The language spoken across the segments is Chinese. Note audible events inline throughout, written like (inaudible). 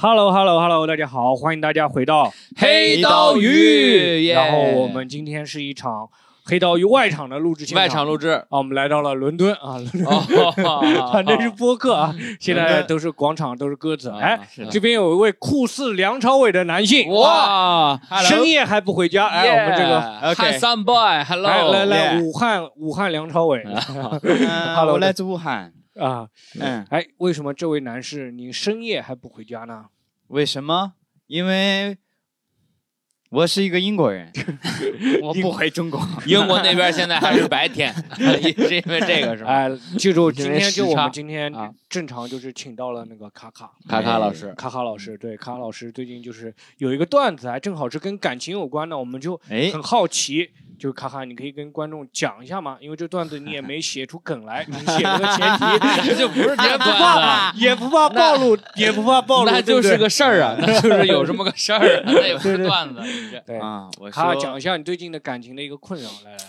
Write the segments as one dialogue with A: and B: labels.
A: Hello Hello Hello，大家好，欢迎大家回到
B: 黑刀鱼耶
A: 然后我们今天是一场黑刀鱼外场的录制现场，
B: 外场
A: (laughs)。
B: 录制
A: 啊，我们来到了伦敦啊，伦敦
B: 哦
A: (laughs) 反
B: (laughs)
A: 正是播客啊，现在
C: 伦敦
A: 都是广场，都是鸽子。
B: 啊
A: 哎
B: 是，的
A: 这边有一位酷似梁朝伟的男性，啊
B: 哇，
A: 深夜还不回家，哎，我们这个。
B: 个
C: OK
B: handsome boy，hello，
A: 来来来，
C: Yeah
A: 武汉武汉梁朝伟
C: 嗯
A: Hello
C: 我来自武汉。
A: 啊！
C: 嗯，
A: 哎，为什么这位男士您深夜还不回家呢？
C: 为什么？因为我是一个英国人，我不回中国。
B: 英国那边现在还是
A: (laughs)
B: 白天，是因为这个是吧？
A: 哎，记住，今
B: 因为
A: 天就
B: 时
A: 我
B: 差
A: 们今天
B: 啊
A: 正常就是请到了那个卡卡，
B: 卡卡老师，
A: 卡卡老师，对卡卡老师最近就是有一个段子，还正好是跟感情有关的，我们就
C: 哎，
A: 很好奇。就是卡卡，你可以跟观众讲一下吗？因为这段子你也没写出梗来，只写了个前提， (laughs)
B: 这就不是
A: 也
B: 这
A: 不
B: 段
A: (laughs) 怕，也不怕暴露，也不怕暴
B: 子，
A: 露，
B: 那
A: 对
B: 就是
A: 不对
B: 个
A: (laughs)
B: 事儿啊，那就是有这么个事儿啊，那也不是段子。 (laughs) 这
A: 对。
C: 啊，我
A: 卡卡
C: 说，
A: 讲一下你最近的感情的一个困扰，来来来，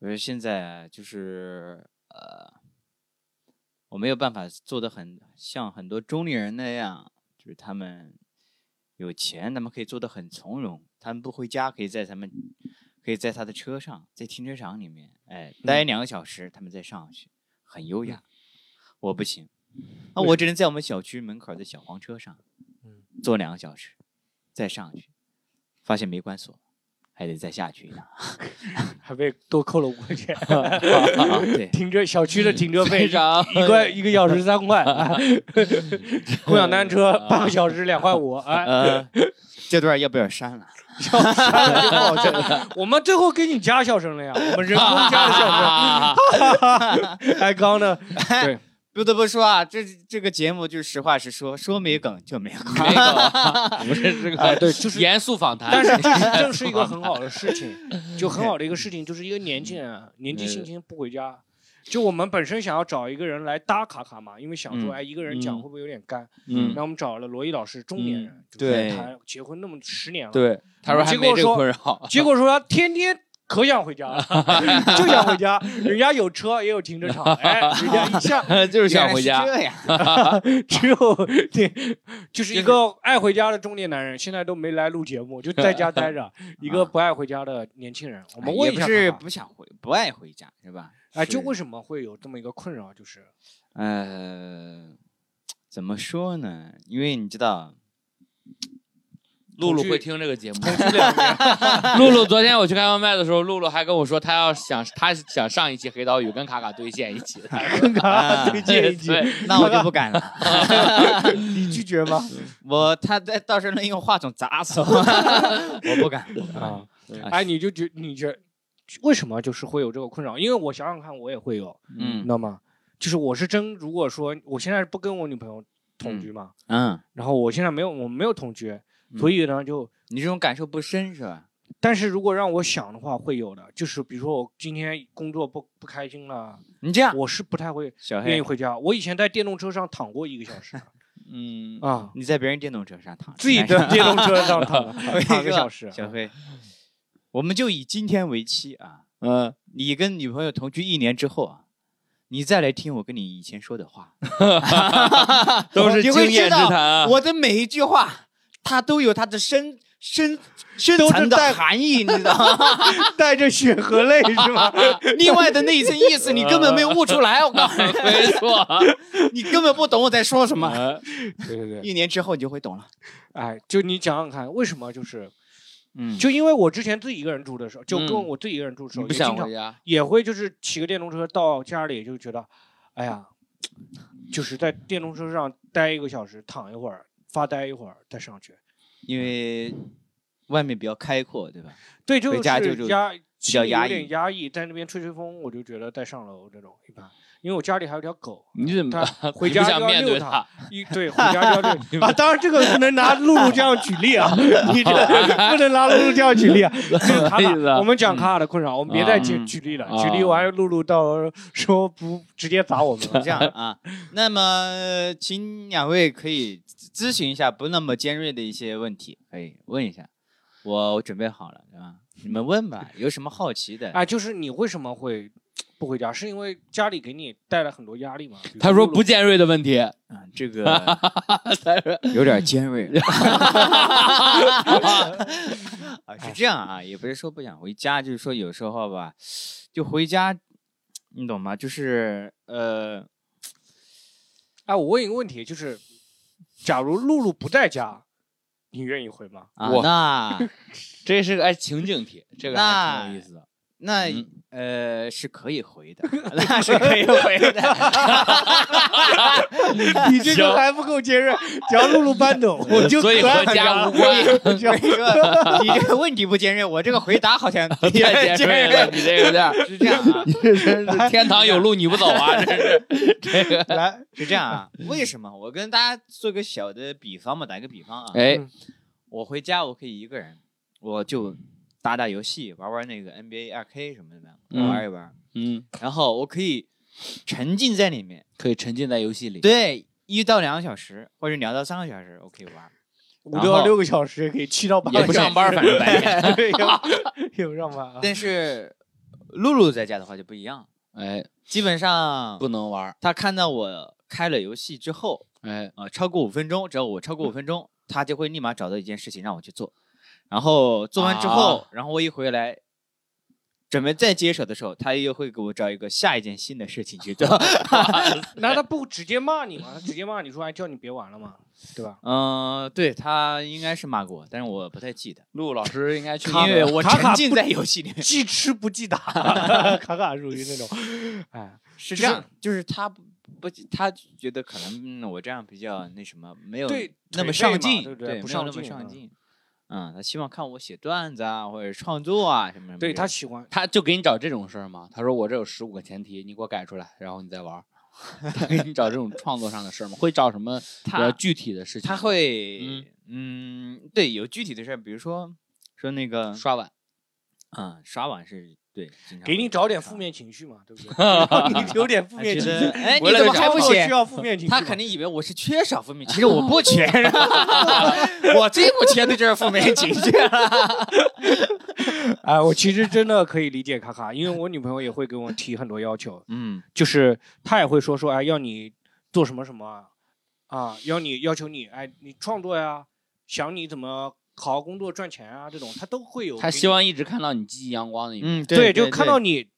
C: 我说现在就是呃，我没有办法做的很像很多中年人那样，就是他们有钱，他们可以做的很从容，他们不回家可以在他们可以在他的车上，在停车场里面，哎，待两个小时，他们再上去，很优雅。我不行，那我只能在我们小区门口的小黄车上，
A: 嗯
C: 坐两个小时，再上去，发现没关锁，还得再下去一趟。
A: 还被多扣了五块钱， (laughs)
C: 啊对，
A: 停车小区的停车费
B: 非常
A: 一块一个小时三
C: (laughs)
A: 块，共享单车
C: 啊
A: 半个小时两块五，哎，
C: 呃， (laughs) 这段要不要删了？
A: 我们最后给你加笑声了呀，我们人工加的
B: 啊
A: 笑声。哎，刚
C: (laughs)
A: 呢？对，
C: 不得不说啊，这这个节目就是实话实说，说没梗就没梗。
B: 没有，不是
A: (laughs)
B: 这
A: 哎，
B: 个
A: 对，就是，
B: (laughs) 严肃访谈。
A: 但是这是这是一个很好的事情，就很好的一个事情，就是一个年轻人啊，年纪轻轻不回家。就我们本身想要找一个人来搭卡卡嘛，因为想说，
C: 嗯嗯
A: 哎，一个人讲会不会有点干？
B: 嗯
A: 然后我们找了罗毅老师，中年人，就是
C: 对
A: 他结婚那么十年了，
C: 对，
B: (laughs) 他说还没这个困扰，
A: 结果说他天天可想回家
C: (laughs)
A: 了，就想回家。人家有车也有停车
C: (laughs)
A: 场，哎，人家一下
B: 就是想回
C: 原
B: 家。
C: 来是这样，
A: 只有对，就是一个爱回家的中年男人，现在都没来录节目，就在家待
C: (laughs)
A: 着。一个不爱回家的年轻人，我们问一下
C: 啊哎也不是
A: 他吧
C: 不想回，不爱回家是吧？
A: 哎，就为
C: 什
A: 什么会有这么一个困扰？
C: (laughs)
A: 就是
C: 呃，怎么说呢？因为你
A: (laughs)
C: 知道，
B: 露露会听这个节目。 (laughs) 露露昨天我去开外卖的时候，露露还跟我说，她要想她想上一期黑刀鱼跟卡卡对线一起。 (laughs)
A: 跟他
C: 啊
A: 推荐一集，
B: 对
C: 那我就不敢了。
A: (laughs)
C: (laughs)
A: 你拒绝吗？
C: 我他在到时候能用话筒
A: (laughs)
C: 砸死我，我不敢。
A: 啊，哎，你就觉你觉为什么就是会有这个困扰？因为我想想看，我也会有。你知
C: 嗯
A: 道吗？就是我是真，如果说我现在不跟我女朋友同居嘛，
C: 嗯，
A: 然后我现在没有，我们没有同居，所
B: 嗯
A: 以呢就，
C: 你这种感受不深是吧？
A: 但是如果让我想的话，会有的，就是比如说我今天工作不不开心了，
C: 你这样，
A: 我是不太会
B: 哎
C: 小
A: 愿意
C: 黑，
A: 回家。我以前在电动车上躺过一个小时
B: (laughs) (laughs) 嗯，
A: 啊，
C: 你在别人电动车上躺着，
A: 自己
C: 难受
B: 哎
A: 的电动车上
B: (laughs)
A: 躺躺一个小时，
C: 小黑，我们就以今天为期啊，
B: 嗯，
C: 你跟女朋友同居一年之后啊，你再来听我跟你以前说
A: (laughs)
C: 的话，
B: 都是
C: 哦你会
B: 经验
C: 知
B: 之
C: 道
B: 谈啊。
C: 我的每一句话，它都有它的深深深
A: 都是
C: 层的
A: 带
C: 含义，你知道吗？
A: (laughs)
C: (laughs)
A: 带着血和泪是吗？
C: 另外的那一层意思，你根本没有悟出
A: (laughs)
C: 来。我告诉
B: (laughs) 没错，
C: 你，你根本不懂我在说什么。
A: 嗯对对对，
C: 一年之后你就会懂了。
A: 哎，就你想想看，为什么就是
C: 嗯
A: 就因为我之前自己一个人住的时候，就跟
B: 嗯
A: 我自己一个人住的时
B: (laughs) 你
A: 候，
B: 不
A: 也经
B: 想
A: 常
B: 回家？
A: 也会就是骑个电动车到家里就觉得，哎呀，就是在电动车上待一个小时，躺一会儿，发呆一会儿，再上去。
C: 因为外面比较开阔，对吧？
A: 对，就
C: 回家
A: 是
C: 就就
A: 压
C: 比较
A: 心里
C: 压
A: 有点
C: 抑
A: 压抑，在那边吹吹风，我就觉得再上楼这种一般。因为我家里还有条狗，
B: 你怎 (laughs) 么
A: 它回
B: 嗯你
A: 家
B: 不
A: 就
B: 想
A: 要
B: 面
A: 遛
B: 对
A: 它
B: 他？
A: 一对回家就要
B: (laughs)
A: 遛啊。当然，这个不能拿露露这样举例啊，你
B: (laughs)
A: 这不能拿露露这样举例啊。这个卡卡
B: 什么意思啊，
A: 我们讲卡卡的困扰，我们别再举
C: 嗯
A: 举例了，
B: 啊
A: 举例完露露到时候说不直接砸
B: (laughs)
A: 我们了。
C: 这样啊。那么，请两位可以咨询一下不那么尖锐的一些问题，可以问一下，我我准备好了，对吧？你们问吧，有什么好奇的？
B: 哎
A: 哎啊，就是你为什么会不回家，是因为家里给你带来很多压力吗？比如
B: 他说
A: 露露
B: 不尖锐的问题，
C: 啊，这
B: (laughs)
C: 个有点尖锐 (laughs) 啊，是这样啊，也不是说不想回家，就是说有时候吧，就回家，你懂吗？就是呃，
A: 哎，我问一个问题，就是假如露露不在家，你愿意回吗？
C: 啊，
B: 我
C: 那
B: 这是个哎情景题，这个还挺有意 (laughs) 思的。
C: 那、
B: 嗯
C: 呃是可以回
B: (laughs)
C: 的，那是可以回的。
A: 你
B: (laughs)
A: 这
B: 行
A: 个还不够尖锐，只要露露扳
B: (laughs)
A: 倒，我就
B: 所以
A: 可爱
B: 和家
A: 了
B: 无
A: (laughs)
B: 关
A: 就
C: 这个 (laughs) 你这个问题不尖锐，我这个回答
B: (laughs)
C: 好像
B: 太尖锐了，你这个有点儿，
C: 是这样
B: (laughs)
C: 啊，
B: 天堂有路你不走啊，这 (laughs) 是这个。
C: 来是这样啊。为什么？我跟大家做个小的比方吧，打一个比方啊。
B: 哎，
A: 嗯
C: 我回家我可以一个人，我就打打游戏，玩玩那个 NBA 二 K 什么的，
B: 嗯
C: 玩一玩。
B: 嗯，
C: 然后我可以沉浸在里面，
B: 可以沉浸在游戏里。
C: 对，一到两个小时或者两到三个小时，我可以玩。
A: 五到六个小时也可以，七到八
B: 也
A: 个
B: 不
A: 小
B: 上班，反正白 (laughs) 天。
A: 时，对， (laughs) 也不上班 (laughs) 啊。
C: 但是露露在家的话就不一样，
B: 哎，
C: 基本上
B: 不能玩儿。
C: 她看到我开了游戏之后，
B: 哎，
C: 呃，超过五分钟，只要我超
A: 嗯
C: 过五分钟，她就会立马找到一件事情让我去做。然后做完之后，
B: 啊
C: 然后我一回来。准备再接手的时候，她又会给我找一个下一件新的事情
A: (laughs)
C: 去做。
A: 那他不直接骂你吗？他直接骂你说，哎，叫你别玩了嘛，对吧？
C: 嗯、对她应该是骂过我，但是我不太记得，
B: 陆老师应该去
C: 因为我
A: 卡卡
C: 沉
A: 不
C: 浸在游戏里面。
A: 记吃不 (laughs) 记打，卡卡属于那种，哎，
C: 是
A: 就
C: 这样，就是他不不，他觉得可能、嗯我这样比较那什么，没有
A: 对
C: 那么
A: 颓废嘛
C: 上进，
A: 对不对
C: 对，
A: 不
C: 没有
A: 上
C: 那么
A: 进
C: 上
A: 嗯
C: 进。嗯，他希望看我写段子啊，或者创作啊什么什么。
A: 对他，喜欢，
B: 他就给你找这种事儿嘛。他说我这有十五个前提，你给我改出来，然后你再玩
C: (laughs)
B: 儿。他给你找这种创作上的事儿吗？会找什
A: (laughs)
B: 么比较
C: 他
B: 具体的事情吗？
C: 他会
B: 嗯
C: 嗯对，有具体的事儿，比如说说那个，
B: 刷碗，
C: 嗯，刷碗是对，经常
A: 给
C: 会
A: 你找点
C: 刷
A: 负。面情绪嘛，对不对？ (laughs) 你有点负
C: 他
A: 面
C: 觉
A: 情绪
C: 得，，哎，你
B: 回来
C: 怎么
B: 就
C: 还不写
A: 需？要负面情绪嘛？
C: 他肯定以为我是缺少负面，其实我不 (laughs) 缺，我最不缺的就是负面情绪了。
A: 哎，我其实真的可以理解卡卡，因为我女朋友也会给我提很多要求，
C: 嗯，
A: 就是她也会说说，哎，要你做什么什么啊啊，要你要求你，哎，你创作呀，想你怎么好好工作赚钱啊，这种她都会有给你。
B: 他希望一直看到你积极阳光的一面。
C: (laughs) 嗯，
A: 对，就看到你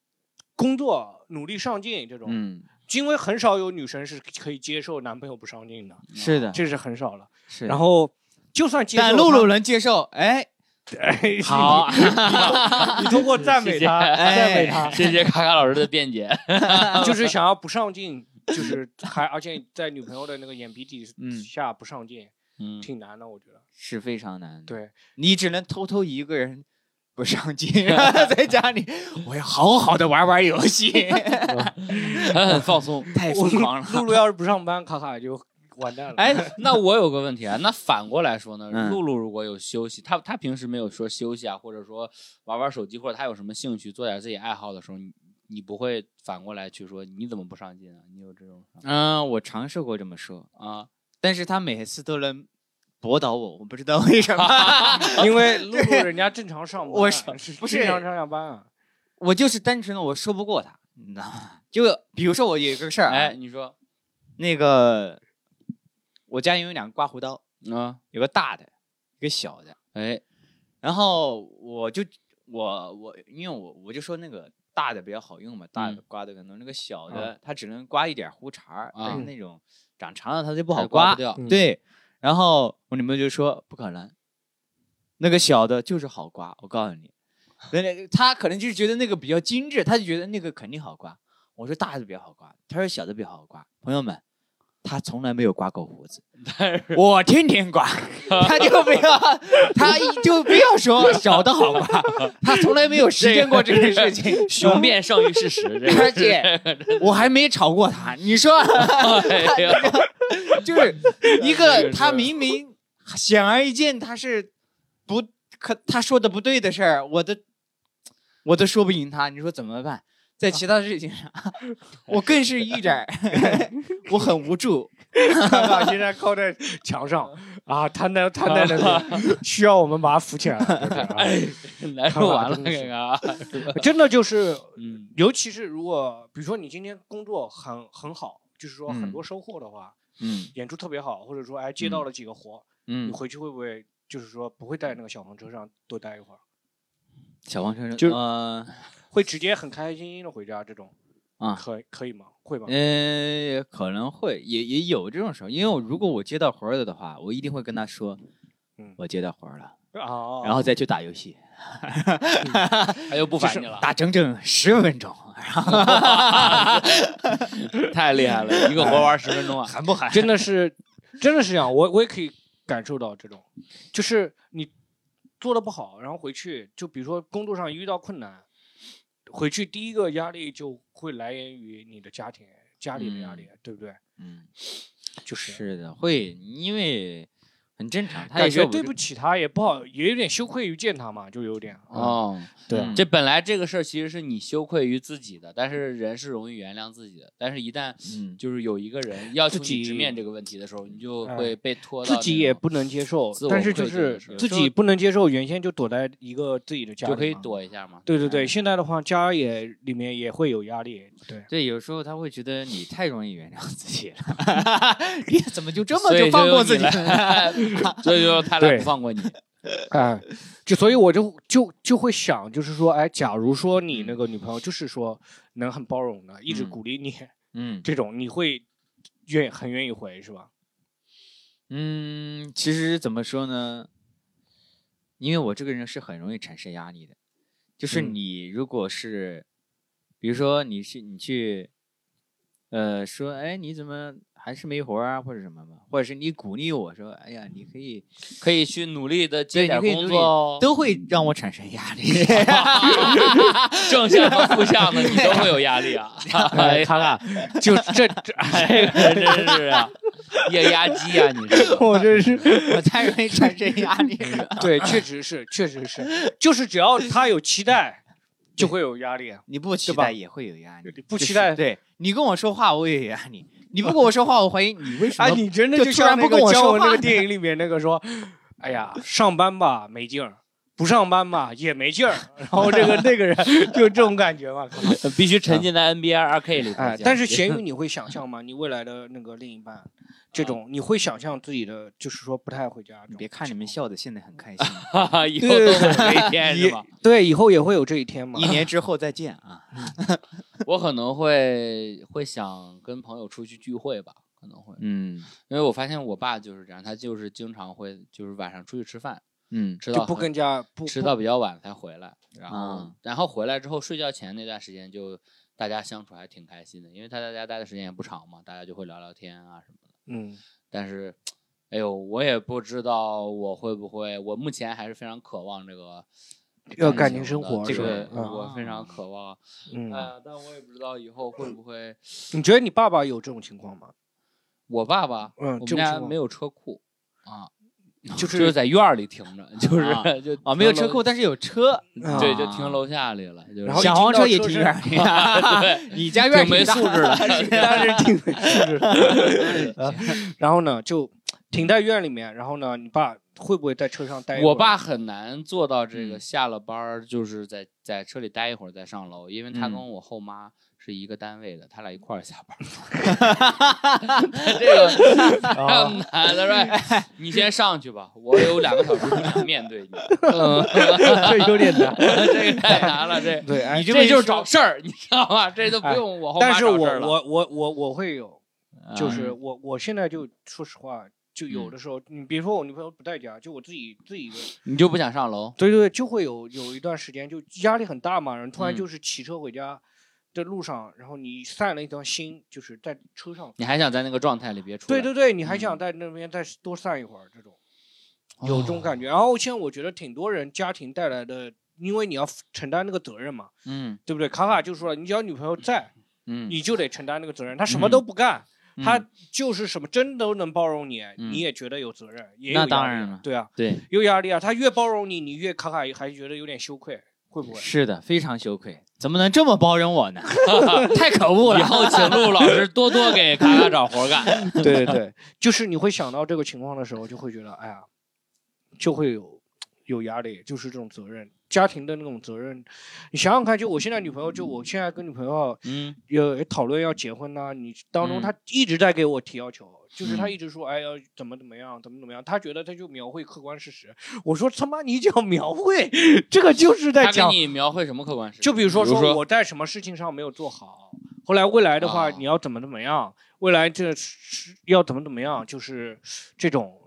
A: 工作努力上进这种，
C: 嗯，
A: 因为很少有女生是可以接受男朋友不上进的，
C: 是的，
A: 这是很少了。
C: 是
A: 然后就算接受她，
C: 但露露能接受，哎，
A: 哎， (laughs)
B: 好，
A: 你通过赞美她，赞美她，
B: 谢谢卡卡老师的辩
C: (laughs)
B: 解。
A: (laughs)
C: 嗯
A: 就是想要不上进，就是还而且在女朋友的那个眼皮底
C: 嗯
A: 下不上进，
B: 嗯，
A: 挺难的，我觉得。
C: 是非常难的。
A: 对，
C: 你只能偷偷一个人不上进，在家里，我要好好的玩玩游戏，
B: 他很放松。
C: (laughs) 太疯狂了。
A: 露露要是不上班，卡卡就完蛋了。
B: 哎，那我有个问题啊，那反过来说呢，
C: 嗯
B: 露露如果有休息，她她平时没有说休息啊，或者说玩玩手机，或者她有什么兴趣，做点自己爱好的时候，你你不会反过来去说你怎么不上进啊？你有这种
C: (laughs) 嗯，我尝试过这么说，
B: 啊？
C: 但是他每次都能驳倒我，我不知道为什么。 (laughs)
A: 因为露露人家正常上班，啊
C: 我
A: 是
C: 是
A: 不
C: 不是
A: 正常上下班
C: (laughs)
A: 啊？
C: 我就是单纯的我说不过他，你知道吗？就比如说我有一个事儿啊，
B: 哎，你说
C: 那个我家有两个刮胡刀，
B: 啊？
C: 有个大的，一个小的。
B: 哎，
C: 然后我就我我因为我我就说那个大的比较好用嘛，大的
B: 嗯
C: 刮的可能那个小的、它只能刮一点胡茬儿，但
B: 啊
C: 是那种长长的它就不
B: 不
C: 好
B: 刮
C: 刮。
B: 不
C: (laughs)
B: 掉。
A: 嗯
C: 对，然后我女朋友就说不可能，那个小的就是好刮，我告诉你，那那她可能就是觉得那个比较精致，她就觉得那个肯定好刮。我说大的比较好刮，她说小的比较好刮。朋友们，她从来没有刮过胡子，
B: (laughs)
C: 我天天刮，她就不要，她就不要说小的好刮，她从来没有实践过这个事
B: (laughs)
C: 情，
B: 雄辩胜于事实，这个
C: 而且
B: (laughs)
C: 我还没吵过她，你说。
B: 哎
C: (laughs)
B: 呦
C: 就是一
B: 这
C: 个
B: 个
C: 他
B: 是
C: 明明显而易见他是不可他说的不对的事儿，我都我都说不赢他，你说怎么办？在其他事情 (laughs) 上，我更 (laughs) 是一点儿我很无助。
A: 卡卡现在靠在墙上，啊，他那他那那
C: (laughs)
A: 需要我们把他扶起来，
B: 哎，难受完了，看看啊，
A: 啊真的
C: (laughs)
A: 就是，
B: 嗯
A: 尤其是如果比如说你今天工作很很好，就是说很多收获的话，
C: (laughs) 嗯
A: 演出特别好，或者说哎接到了几个活，你
C: 嗯，
A: 回去会不会就是说不会在那个小黄车上多待一会儿，
C: 小黄车
A: 就
C: 呃
A: 会直接很开开心心的回家这种
C: 啊
A: 可可以吗？会吧？
C: 呃，可能会也也有这种时候，因为我如果我接到活儿了的话，我一定会跟他说
A: 嗯，
C: 我接到活儿了，
A: 啊，
C: 然后再去打游戏，
B: 他又不
A: 就
B: 烦
A: 是
B: 你了，
C: 打整整十分钟，
B: (laughs) 太厉害了，一个活玩十分钟啊，
C: 喊不喊？
A: 真的是，真的是这样，我我也可以感受到这种，就是你做的不好，然后回去就比如说工作上遇到困难，回去第一个压力就会来源于你的家庭，家里的压力，对不对？
C: (laughs) 嗯，
A: 就是
C: 是的，会，因为很正常，他
A: 感
C: 也
A: 觉
C: 是
A: 对不起他，也不好，也有点羞愧于见他嘛，就有点，啊
B: 哦，
A: 对
C: 嗯
B: 这本来这个事儿其实是你羞愧于自己的，但是人是容易原谅自己的，但是一旦
C: 嗯，
B: 就是有一个人要求
A: 自己
B: 你直面这个问题的时候，你就
A: 哎
B: 会被拖到
A: 自己
B: 那
A: 也
B: 种
A: 不能接受
B: 自，我
A: 但是就
B: 愧疚
A: 是
B: 的时候
A: 自
B: 就
A: 己不能接受，原先就躲在一个自己的家里
B: 就可以
A: 嘛。
B: 躲一下嘛。
A: 对对对，
B: 哎
A: 现在的话，家也里面也会有压力，对。
C: 对，有时候他会觉得你太容易原谅自己了，你怎么就这么
B: 所以
C: 就放过自己
B: 就由你
C: 了？ (laughs)
B: 来， (laughs) 所以就他俩
A: 对
B: 不放过你。呃
A: 哎，就所以我就就就会想，就是说，哎，假如说你
B: 嗯
A: 那个女朋友就是说能很包容的，一直
C: 嗯
A: 鼓励你、
C: 嗯
A: 这种，你会愿很愿意回是吧？ (laughs)
C: 嗯，其实怎么说呢？因为我这个人是很容易产生压力的，就是
A: 嗯
C: 你如果是，比如说你是你去，呃，说哎你怎么还是没活儿啊，或者什么嘛，或者是你鼓励我说哎呀你可以，
B: 可以去努力的接
C: 对
B: 点
C: 你可以
B: 工
C: 努
B: 作哦，
C: 都会让我产生压力。
B: 正向和负向的你都会有压力
C: (laughs)
B: 啊。哎，
A: 看看，就这这，
B: 这个人真 (laughs) 是啊，液压机啊，你这个。
A: 我真是
C: 我太容易产生压力了。
A: 对，确实是，确实是，就是只要他有期待，就会有压力。啊
C: 你不期
A: 吧
C: 待也会有压力，
A: 你不
C: 就
A: 期
C: 是
A: 待
C: 对你跟我说话我也有压
A: (laughs)
C: 力，你不跟我说话，我怀疑你为什
A: 哎，
C: 么
A: 你真的
C: 就
A: 就
C: 突
A: 像
C: 然
A: 那
C: 不
A: 个
C: 跟我
A: 姜
C: 说
A: 文那
C: 话
A: 个
C: 呢
A: 电影里面那个 (laughs) 说，哎呀，上班吧没劲儿，不上班吧也没 (laughs) 劲儿，然后这个那个人就这种感觉嘛。 (laughs) 可能
B: (laughs) 必须沉浸在 NBA 二 K 里头
A: 啊哎
B: 去。，
A: (laughs) 但是
B: (laughs)
A: 咸鱼你会想象吗？你未来的那个另一半，这种你会想象自己的，就是说不太回家这
C: 你
A: 种。
C: 别看你们笑的现在很
A: (laughs)
C: 开心，
B: 哈哈，以后都有一天是
A: 以
B: 吧？
A: 对以后也会有这一天嘛
C: 一？年之后再见
A: (laughs)
C: 啊。
B: 我可能会会想跟朋友出去聚会吧，可能会，
C: 嗯
B: 因为我发现我爸就是这样，他就是经常会就是晚上出去吃饭，
C: 嗯
B: 吃
A: 就
B: 到
A: 不
B: 很
A: 跟家不
B: 吃
A: 不
B: 到比较晚才回来，然后、
C: 啊
B: 然后回来之后睡觉前那段时间就大家相处还挺开心的，因为他在家待的时间也不长嘛，大家就会聊聊天啊什么的。
A: 嗯
B: 但是，哎呦，我也不知道我会不会，我目前还是非常渴望这个
A: 要
B: 感
A: 感
B: 情
A: 情生
B: 的
A: 活
B: 这
A: 是
B: 个嗯
A: 吧
B: 我
C: 啊
B: 非常渴望。哎
A: 嗯，
B: 呀，但我也不知道以后会不会，
A: 你觉得你爸爸有这种情况吗？
B: 我爸爸，
A: 嗯
B: 我
A: 这
B: 们
A: 种
B: 家
A: 情况
B: 没有车库啊。
A: 就
B: 就是
A: 是
B: 在院儿里停着， (laughs) 就是、
C: 啊
B: 就
C: 啊，没有
B: 停
C: 车
B: 楼
C: 库，，但是有车，
A: 啊
B: 对，就停楼下里了。就是
A: 然后一
C: 小
A: 听
C: 黄
A: 到
C: 车也
A: 车
C: 停
A: 声
C: 院里
A: (laughs)
C: 啊，你家院儿
B: 挺没
C: 挺大
B: 素质
C: (laughs)
B: 的
A: 但是 (laughs) 挺是的呃然后呢，就停在院里面，然后呢，你爸会不会在车上待一会儿？
B: 我爸很难做到这个，
C: 嗯
B: 下了班儿就是在在车里待一会儿再上楼，因为他
C: 嗯
B: 跟我后妈是一个单位的，他俩一块儿下班
A: (laughs) 哦
B: 儿。他这个很难，他说
A: (laughs)
B: 哎：“你先上去吧，我有两个小时不想面对你。嗯”
A: (laughs) 这有点难。
B: 这个太难了，这
A: 对，哎，
C: 你这么
B: 这
C: 一
B: 就是
C: 说
B: 找事儿，你知道吧？这都不
A: 哎
B: 用我后
A: 但
B: 妈
A: 是
B: 找
A: 我
B: 事儿了。
A: 我我我我会有，就是
C: 嗯
A: 我我现在就说实话，就有的时候，你别说我女朋友不在家，就我自己自己一 (sniffs) 个人，
B: 你就不想上楼，
A: 对对对，就会有有一段时间就压力很大嘛，然后突然
B: 嗯
A: 就是骑车回家的路上，然后你散了一条心，就是在车上，
B: 你还想在那个状态里别出来。
A: 对对对，你还想
B: 嗯
A: 在那边再多散一会儿，这种有这种感觉。然后现在我觉得挺多人家庭带来的，因为你要承担那个责任嘛，
C: (laughs) 嗯
A: 对不对？卡卡就说了，你只要女朋友在，
C: 嗯，
A: 你就得承担那个责任，他什么都不干，
C: 嗯
A: 他就是什么真都能包容你，
C: 嗯
A: 你也觉得有责任，也有
C: 那
A: 压
C: 当
A: 力
C: 然
A: 啊
C: 了
A: 对啊，
C: 对，
A: 有压力啊。他越包容你，你越卡卡还觉得有点羞愧，会
C: (laughs)
A: 不会？
C: 是的，非常羞愧，怎么能这么包容我呢？ (laughs) 太
A: (laughs)
C: 可恶
B: 以
C: 了！
B: 后请陆老师多多给卡卡找活干。
A: 对对对，就是你会想到这个情况的时候，就会觉得哎呀，就会有有压力，就是这种责任，家庭的那种责任。你想想看，就我现在女朋友，就我现在跟女朋友
B: 嗯，
A: 有讨论要结婚呐、你当中
B: 嗯
A: 他一直在给我提要求，就是他
C: 嗯
A: 一直说，哎呀，怎么怎么样，怎么怎么样，他觉得他就描绘客观事实。我说他妈，你讲描绘，这个就是在
B: 他给
A: 讲，
B: 你描绘什么客观事实？
A: 就比如说
B: 比如
A: 说
B: 说
A: 我在什么事情上没有做好，后来未来的话、
B: 啊
A: 你要怎么怎么样，未来这是要怎么怎么样，就是这种，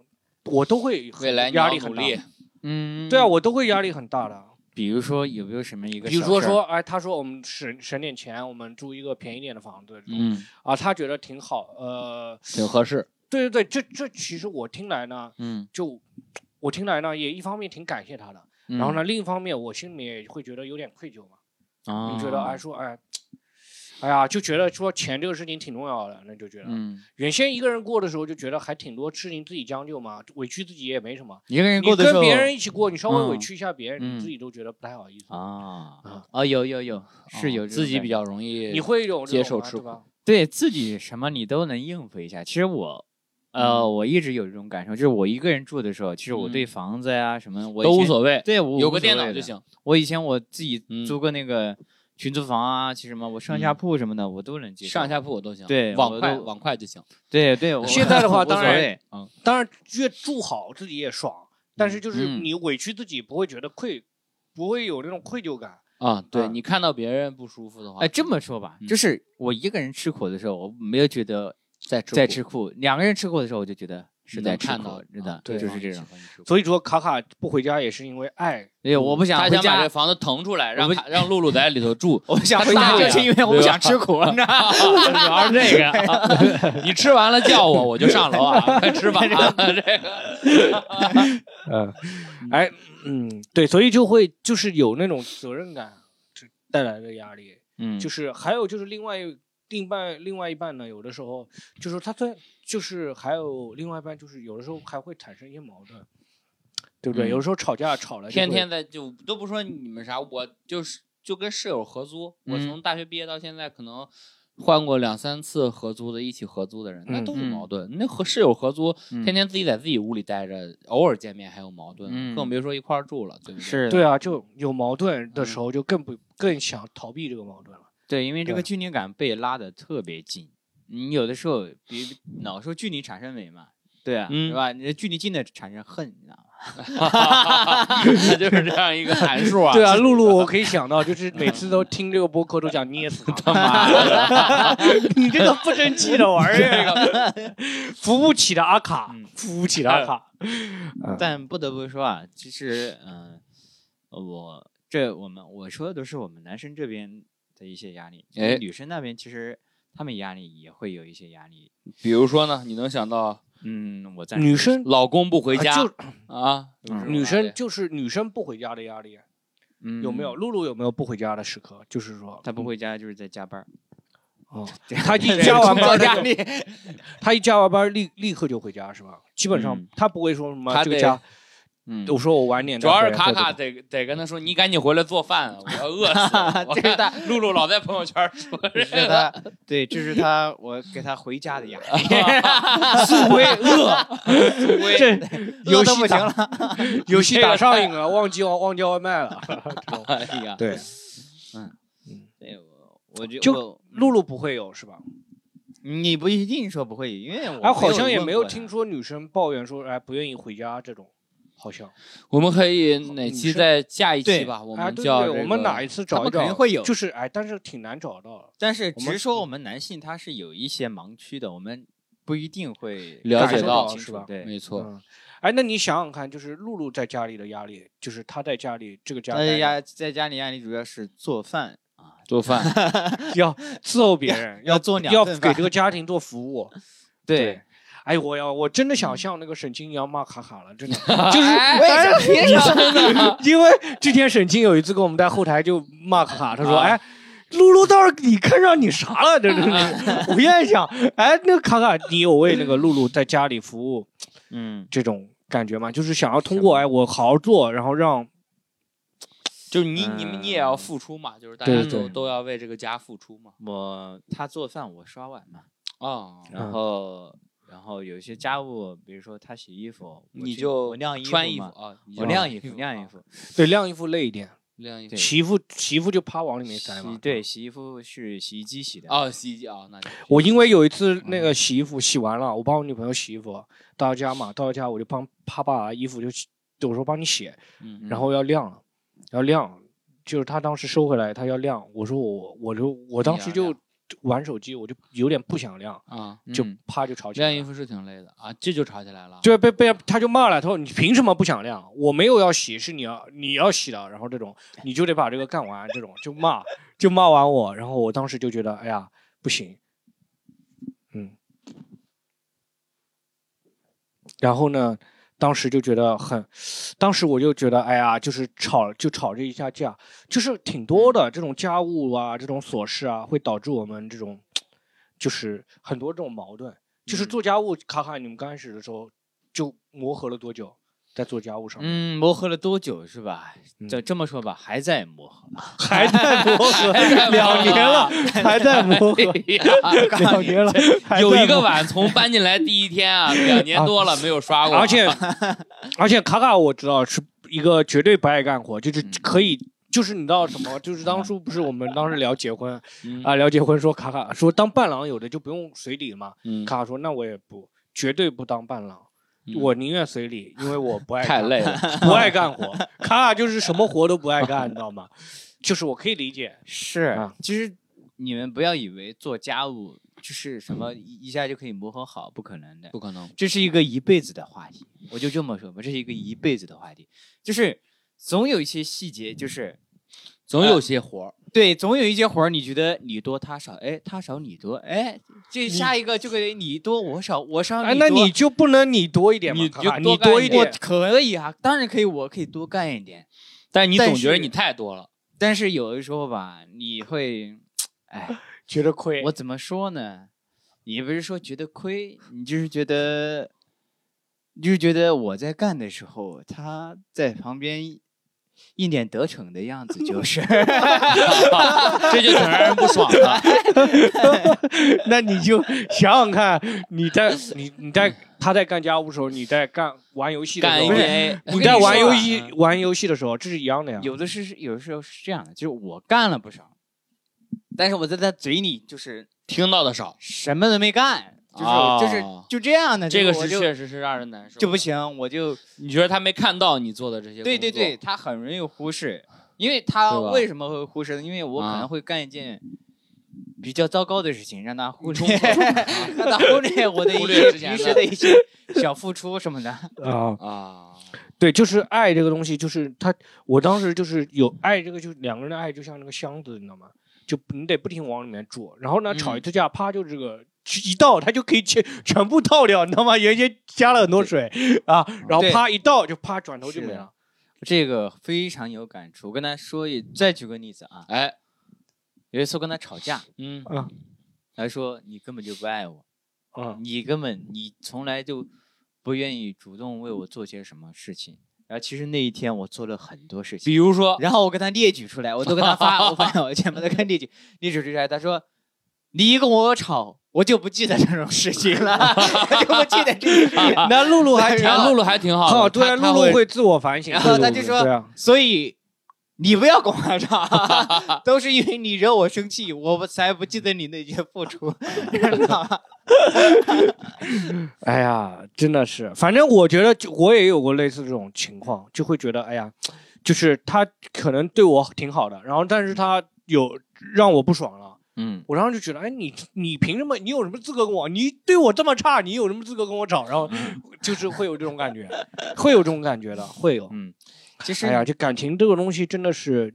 A: 我都会很
B: 未来你
A: 压
B: 要
A: 力
B: 努
A: 很大。
B: 力，
C: 嗯，
A: 对啊，，我都会压力很大的。
C: 比如说有没有什么一个，
A: 比如说说，，哎，他说我们省省点钱，我们租一个便宜点的房子，
C: 嗯，
A: 啊，他觉得挺好，呃，
B: 挺合适。
A: 对对对，这这其实我听来呢，
C: 嗯，
A: 就我听来呢，也一方面挺感谢他的，
C: 嗯
A: 然后？呢，另一方面我心里面也会觉得有点愧疚嘛，
C: 啊，
A: 就觉得哎说哎，哎呀，就觉得说钱这个事情挺重要的，那就觉得、
C: 嗯，
A: 原先一个人过的时候就觉得还挺多事情自己将就嘛，委屈自己也没什么。
C: 一个人
A: 你
C: 过的时
A: 跟
C: 候
A: 别人一起过，你稍微委
C: 嗯
A: 屈一下别人，
C: 嗯
A: 你自己都觉得不太好意思，
C: 啊
A: 啊
C: 啊，有有有，是有这种
B: 自己
C: 感
B: 比
C: 觉
B: 较容易，
A: 你会有这
B: 接
A: 种吗
B: 受吃
A: 对
B: 苦
A: 吧？
C: 对自己什么你都能应付一下。其实我。呃，我一直有这种感受，就是我一个人住的时候，其实我
B: 嗯
C: 对房子呀、什么我以
B: 都无
C: 前。
B: 所谓，
C: 对，我
B: 有
C: 无
B: 个
C: 所
B: 电
C: 谓
B: 脑就
C: 的。
B: 行。
C: 我以前我自己
B: 嗯
C: 租过那个群租房啊，其实什么我上下
B: 嗯
C: 铺什么的，我都能接受。
B: 上下铺我都行，
C: 对
B: 网
C: 我
B: 快
C: 都
B: 网快就行。
C: 对对，
B: (laughs)
C: 我
A: 现在的话
C: 无所
A: 当然
C: 谓嗯
A: 当然越住好自己也爽，但是就是
C: 嗯
A: 你委屈自己不会觉得愧，不会有那种愧疚感。
B: 啊，对
A: 嗯
B: 你看到别人不舒服的话，
C: 哎，这么说吧，
B: 嗯
C: 就是我一个人吃苦的时候，我没有觉得
B: 在吃
C: 在
B: 苦
C: 吃苦；两个人吃苦的时候，我就觉得是
B: 你
C: 在
B: 能
C: 吃
B: 看
C: 苦
B: 到，
C: 真的
B: 啊对
C: 就
B: 方
C: 是这
B: 喜
C: 种。
B: 欢吃苦
A: 所以说卡卡不回家也是因为爱，
C: 哎呦，我不想
B: 他
C: 回
B: 想把
C: 家
B: 这，房子腾出来，让
C: 我。
B: 他让露露在里头住
C: 我想
B: 他
C: 回家
B: 大
C: 就
B: 呀
C: 是因为我
B: 对
C: 不
B: 吧
C: 想吃苦，你知道吗？
B: (laughs) 主要是这
C: (laughs)
B: 个，你吃完了叫我，我就上楼啊， (laughs) 快吃吧。这个
A: 嗯，哎，嗯，对，所以就会就是有那种责任感这带来的压力，
C: 嗯，
A: 就是是还有就是另外一另外另外一半呢，有的时候就是他虽然就是还有另外一半，就是有的时候还会产生一些矛盾，对不对？
C: 嗯
A: 有的时候吵架吵了就
B: 天
A: 会
B: 天在就都不说你们啥，我就是就跟室友合租，我
C: 嗯
B: 从大学毕业到现在可能。换过两三次合租的，一起合租的人，那
A: 嗯
B: 都有
C: 嗯
B: 矛盾。那和室友合租，天天自己在自己屋里待着，偶尔见面还有矛盾，
C: 嗯
B: 更别说一块儿住了，对不对？
C: 是
A: 对啊，就有矛盾的时候就更不更想逃避这个矛盾了。
C: 对，因为这
A: 对
C: 个距离感被拉得特别近，你有的时
A: (laughs)
C: 候比老说距离产生美嘛，对啊，
B: 嗯
C: 是吧？你这距离近的产生恨，你知道吗？
B: 它就是这样一个函数啊。
A: 对啊，露露，我可以想到，就是每次都听这个播客都想捏死
B: (laughs)
A: 他。
B: 妈的，
A: (laughs) 你这个不争气的玩意
B: 这
A: 儿，啊
B: 个
A: (laughs) 扶不起的阿卡
C: 嗯，
A: 扶不起的阿卡。
C: 但不得不说啊，其实嗯、呃我这我们我说的都是我们男生这边的一些压力，因为
B: 哎
C: 女生那边其实他们压力也会有一些压力。
B: 比如说呢，你能想到
C: 嗯，我暂时
A: 女生
B: 老公不回
A: 啊
B: 家
A: 就
B: 啊？
C: 嗯
A: 女生就是女生不回家的压力，
C: 嗯
A: 有没有？？露露有没有不回家的时刻？就是说，
C: 她不回家就是在加班儿，
B: (laughs)
A: 哦，她一加完班儿就， (laughs) 她一加完班儿立立刻就回家是吧？基本上
C: 嗯
A: 她不会说什么
B: 她
A: 这个
B: 得
A: 家，
C: 嗯，
A: 我说我晚点
B: 主
A: 再
B: 要
A: 回来。
B: 是卡
A: 或
B: 卡
A: 者
B: 得得跟他说，你赶紧回来做饭啊，我要饿死了。我看露露老在朋友圈说
C: 这是 (laughs) 她，对，这是她，我给她回家的压力，
A: (laughs)
B: 苏威 (laughs) 饿，苏
C: (laughs)
B: 威
A: 这游
C: 饿得
A: 戏
C: 不行
A: 打
C: 了。
A: 游戏打上瘾
B: (laughs)
A: 了，忘记忘忘叫外卖了。这种
C: 哎呀，
A: 对，
C: 对我我觉
A: 就
C: 我嗯
A: 露露不会有是吧？
C: 你不一定说不会，因为我
A: 哎，好像也没有
C: 问过
A: 听
C: 她。
A: 说女生抱怨说哎不愿意回家这种，好像。
B: 我们可以哪期在下一期吧？我
A: 哎，
B: 们
A: 对
B: 叫
A: 对，
B: 这
A: 我们
B: 个
A: 哪一次找
C: 他
A: 一
C: 们肯
A: 找
C: 定会有
A: 就是哎，但是挺难找到的。
C: 但是
A: 我
C: 只
A: 们
C: 是说我们男性他是有一些盲区的，我们不一定会
B: 了
C: 感
B: 解
C: 受
B: 到
C: 清
A: 是
C: 楚
A: 吧
C: 对，
B: 没错，
A: 嗯，哎，那你想想看，就是露露在家里的压力，就是她在家里这个家
C: 他
A: 待
C: 在
A: 着
C: 家哎在家里压力主要是做饭啊，
A: (laughs)
B: 做饭
A: 要伺候别人，
C: 要做两
A: 要
C: 份
A: 给
C: 饭
A: 这个家庭做服务。
C: 对，。嗯
A: 哎，我要，我真的想像那个沈清一样骂卡卡了，
C: (laughs)
A: 真的就是，
C: 为
A: 哎
C: 啥凭什么呢？
A: (laughs) 因为之前沈清有一次跟我们在后台就骂卡卡，他说：“
B: 啊
A: 哎，露露到时候你看上你啥了？”这真
C: 啊
A: 的， (laughs) 我现在想，哎，那个卡卡，你有为那个露露在家里服务
C: 嗯，
A: 这种感觉吗？就是想要通过哎，我好好做，然后让
B: 就是你你们你也要付出嘛，就是大家
A: 对
B: 都
A: 对
B: 都要为这个家付出嘛。
C: 我他做饭，我刷碗嘛，
B: 啊，
C: 然
A: 嗯
C: 后然后有一些家务，比如说他洗衣服，我
B: 你
C: 去
B: 就
C: 我晾衣服
B: 穿衣服
C: 嘛，
B: 啊，你
C: 我
B: 就
C: 哦晾衣服晾衣
B: 啊
C: 服，
A: 对晾衣服累一点，
B: 晾衣服
C: 对
A: 洗衣服洗衣服就趴往里面塞
C: 洗
A: 嘛。
C: 对洗衣服是洗衣机洗的，
B: 啊，洗衣机啊，那就
A: 我因为有一次那个洗衣服洗完了，我帮我女朋友洗衣服，到家嘛，到家我就帮她把衣服就洗，我说帮你洗，
B: 嗯，
A: 然后要晾了，要晾，就是她当时收回来，她要晾，我说我我就我当时
B: 你要
A: 就玩手机，我就有点不想晾，
B: 啊，
A: 就
B: 嗯
A: 啪就吵起来
B: 晾衣
A: 了。
B: 服是挺累的啊，这就吵起来了。
A: 就被被她就骂了，她说你凭什么不想晾？我没有要洗，是你要你要洗的，然后这种你就得把这个干完，这种就骂就骂完我，然后我当时就觉得哎呀不行，嗯，然后呢，当时就觉得很，当时我就觉得哎呀，就是吵就吵这一下架，就是挺多的这种家务啊这种琐事啊，会导致我们这种就是很多这种矛盾，就是
B: 嗯
A: 做家务，卡卡你们刚开始的时候就磨合了多久？在做家务上面，
C: 嗯，磨合了多久是吧？
A: 嗯
C: 这这么说吧，还在磨 (laughs) 合，
A: 还在磨合两年了，
B: 啊
A: 还在磨合
C: (laughs)
B: (laughs)
A: 两年了，还在
B: 有一个
A: 磨合
B: 碗从搬进来第一
A: (laughs)
B: 天啊，两年多了没有刷过，
A: 而且而且卡卡我知道是一个绝对不爱干活，就是
B: 嗯
A: 可以。就是你知道什么？就是当初不是我们当时聊结婚
B: 嗯
A: 啊，聊结婚说卡卡说当伴郎有的就不用随礼嘛。
B: 嗯
A: 卡卡说那我也不绝对不当伴郎，
B: 嗯
A: 我宁愿随礼，因为我不爱
B: 太
A: 干
B: 累了，
A: 不爱干活。
B: (laughs)
A: 卡卡就是什么活都不爱干，你知道吗？就是我可以理解，
C: 是
A: 啊，
C: 其实你们不要以为做家务就是什么一一下就可以磨合好，不可能的，
B: 不可能。
C: 这是一个一辈子的话题，我就这么说吧，这是一个一辈子的话题，就是总有一些细节，就
A: 哎
C: 是
B: 总有些活儿，
C: 对，总有一些活儿，你觉得你多他少，哎，他少你多，哎，这下一个就得你多我少，我少
A: 哎，
C: 你
A: 那
C: 多
A: 你就不能你多一点吗？
B: 你
A: 卡
B: 就
A: 卡
B: 多
A: 你
B: 干
A: 多
B: 一
A: 一
B: 点
C: 我
A: 点，
C: 可以啊，当然可以，我可以多干一点，
B: 但你
C: 但
B: 总觉得
C: 是
B: 你太
A: (laughs)
B: 多了。
C: 但是有的时候吧，你会，哎，
A: 觉得亏。
C: 我怎么说呢？也不是说觉得亏，你就是觉得，你就是觉得我在干的时候，他在旁边一脸得逞的样子，就是
B: (laughs) 这就挺让人不爽
A: (laughs)
B: 的。
A: 那你就想想看，你在你你在他在干家务的时候，你在干玩游戏的
B: 干
A: 时候，
B: NBA，
A: 你在玩游
B: 我
A: 戏
B: 跟你说啊
A: 玩游戏的时候，这是一样的呀。
C: 有的是有的时候是这样的，就是我干了不少，但是我在他嘴里就是
B: (laughs) 听到的少，
C: 什么都没干，就是、就是
B: 哦
C: 就这样的，
B: 这个
C: 就是我就
B: 确实是让人难受。
C: 就不，行，我就
B: 你觉得他没看到你做的这些？
C: 对对对，，他很容易忽视，因为他
B: 对吧
C: 为什么会忽视呢？因为我可
B: 啊
C: 能会干一件比较糟糕的事情，让
B: (laughs)
C: 他忽略， (laughs)
B: 中国
C: 让他忽略我的
B: 忽
C: 一
B: 略
C: 些
B: 之前
C: 平
B: 的
C: 时的一些小付出什么的。
A: 啊，
B: 啊，
A: 对，就是爱这个东西，就是他，我当时就是有爱这个，就是两个人的爱就像那个箱子，你知道吗？就你得不停往里面注，然后呢，
B: 嗯
A: 吵一次架，啪就这个。一倒，它就可以全全部倒掉，你知道吗？原先加了很多水啊，然后
C: 嗯对
A: 啪一倒就啪，转头就是没
C: 的
A: 了。
C: 这个非常有感触，我跟他说一，再举个例子啊，
B: 哎，
C: 有一次我跟他吵架，
B: 嗯
C: 啊他说你根本就不爱我，
A: 啊嗯 (laughs)
C: 你根本你从来就不愿意主动为我做些什么事情。然后其实那一天我做了很多事情，
B: 比如说，
C: 然后我跟他列举出来，我都跟他发，我发我全部都跟列举列举出来。他说：“你一跟我吵，我就不记得这种事情了，我就不记得这个。
A: 那露露 (laughs) 还挺
B: 然
A: 好
B: 后哎露，露还挺好的，
A: 好，对
B: 她
A: 啊，
B: 她
A: 露露会自我反省。
C: 然后他就
A: 对
C: 说
A: 对啊，
C: (laughs) 所以你不要跟我吵， (laughs) 都是因为你惹我生气，我不才不记得你那些付出， (laughs) 知道吗？
A: 哎呀，真的是，反正我觉得就我也有过类似这种情况，就会觉得，哎呀，就是他可能对我挺好的，然后但是他有让我不爽了，
C: 嗯，
A: 我当时就觉得，哎，你你凭什么？你有什么资格跟我？你对我这么差，你有什么资格跟我吵？然后就是会有这种感觉，会有这种感觉的，会有。
C: 其实
A: 哎呀，这感情这个东西真的是，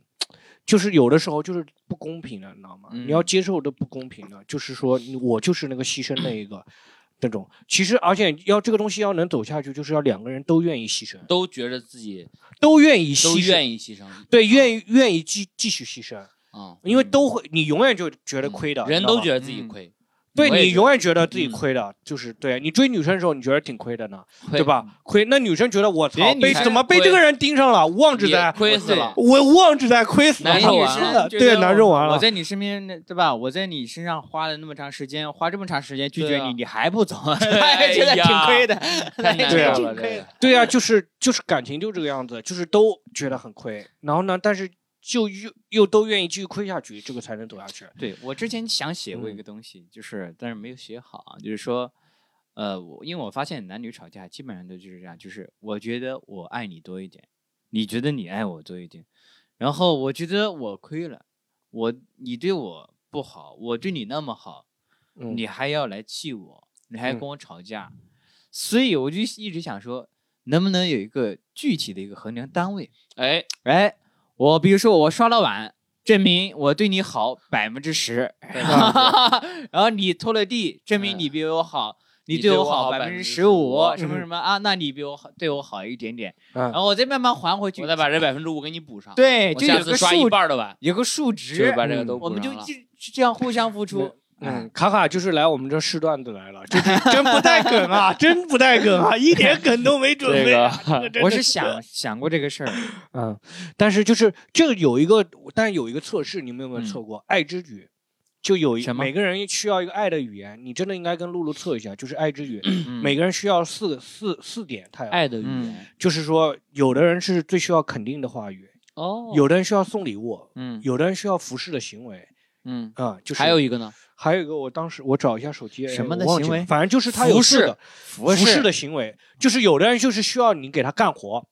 A: 就是有的时候就是不公平的，你知道吗？
C: 嗯
A: 你要接受这不公平的，就是说你我就是那个牺牲那一个，那种。其实，而且要这个东西要能走下去，就是要两个人都愿意牺牲，
B: 都觉得自己
A: 都愿意牺
B: 都
A: 牲，
B: 愿意牺牲啊、
A: 对，愿意愿意继继续牺牲，
B: 嗯
A: 因为都会，你永远就觉得亏的，
B: 人都
A: 得
B: 觉得自己亏，
A: 嗯对
B: 我也
A: 你
B: 觉
A: 永远觉得自己
B: 嗯
A: 亏的，就是对你追女生的时候，你觉得挺亏的呢，
B: 亏
A: 对吧？亏那女生觉得我操
B: 别的，女
A: 被
B: 生
A: 怎么被
B: 亏
A: 这个人盯上了，无妄之
B: 也
A: 灾，
B: 亏死了。
A: 我妄之灾亏死了，
B: 难
C: 男
B: 受
C: 女
B: 完
C: 生
B: 了
C: 觉
A: 对，
C: 得
A: 难受完
C: 我
A: 了。
C: 在你身边，那对吧？我在你身上花了那么长时间，花这么长时间拒
B: 对
C: 绝
B: 啊
C: 你，你还不
A: (laughs)
C: 走，(laughs)
B: 哎
C: 觉得挺
B: 呀
C: 亏的， (laughs)
B: 太难
A: 啊对啊
B: 受了，
C: 挺亏
B: 这
C: 的
B: 个
A: 对啊，就是就是感情就这个样子，就是都觉得很亏，然后呢，但是就又又都愿意继续亏下去，这个才能走下去。
C: 对我之前想写过一
A: 嗯
C: 个东西，就是但是没有写好啊，就是说，呃，我因为我发现男女吵架基本上都就是这样，就是我觉得我爱你多一点，你觉得你爱我多一点，然后我觉得我亏了，我你对我不好，我对你那么好，
A: 嗯
C: 你还要来气我，你还
A: 嗯
C: 跟我吵架，所以我就一直想说，能不能有一个具体的一个衡量单位？
A: (laughs)
B: 哎，
C: 哎，我比如说我刷了碗，证明我对你好百分之十，
B: 对吧
A: (laughs)
C: 然后你拖了地，证明你比我好，
B: 嗯
C: 你
B: 你
C: 对
B: 对
C: 我
B: 我
C: 好
B: 好嗯
C: 百分之十五
B: 15%，
C: 什么什么啊？那你比我好，对我好一点点，然
A: 嗯，
C: 后我再慢慢还回去。
B: 我再把这百分之五给你补上。，
C: 对，
B: 我
C: 就
B: 下
C: 有
B: 次
C: 个
B: 刷一
C: 数，
B: 半的碗，
C: 有个数
B: 就是
C: 值，
B: 把这个都补
C: 我们就
B: 上了
C: 就就这样互相付出。
B: (laughs)
A: 嗯，卡卡就是来我们这试段子来了，就是真不
C: (laughs)
A: 带梗啊， (laughs) 真不带梗啊，一点梗都没准备、
B: (laughs)
A: 啊。这个真的
C: 我是想想过这个事儿，
A: (laughs) 嗯，但是就是这个有一个，但是有一个测试，你们有没有
C: 嗯
A: 测过？爱之语，就有一
C: 什么
A: 每个人需要一个爱的语言，你真的应该跟露露测一下，就是爱之
C: (clears throat)
A: 语，
C: 嗯
A: 每个人需要四四四点，太阳，
B: 爱的语言。
A: 就是说有的人是最需要肯定的话语，
B: 哦
A: 有的人需要送礼物，
C: 嗯
A: 有的人需要服侍的行为，
C: 嗯
A: 啊、就是
B: 还有一个呢，
A: 还有一个，我当时我找一下手机，哎
C: 什么的
A: 我忘记
C: 行为
A: 了反正就是他有
B: 服
A: 四
B: 侍
A: 个
C: 服
A: 侍
C: 侍
A: 的行为，就是有的人就是需要你给他干
B: (laughs)
A: 活，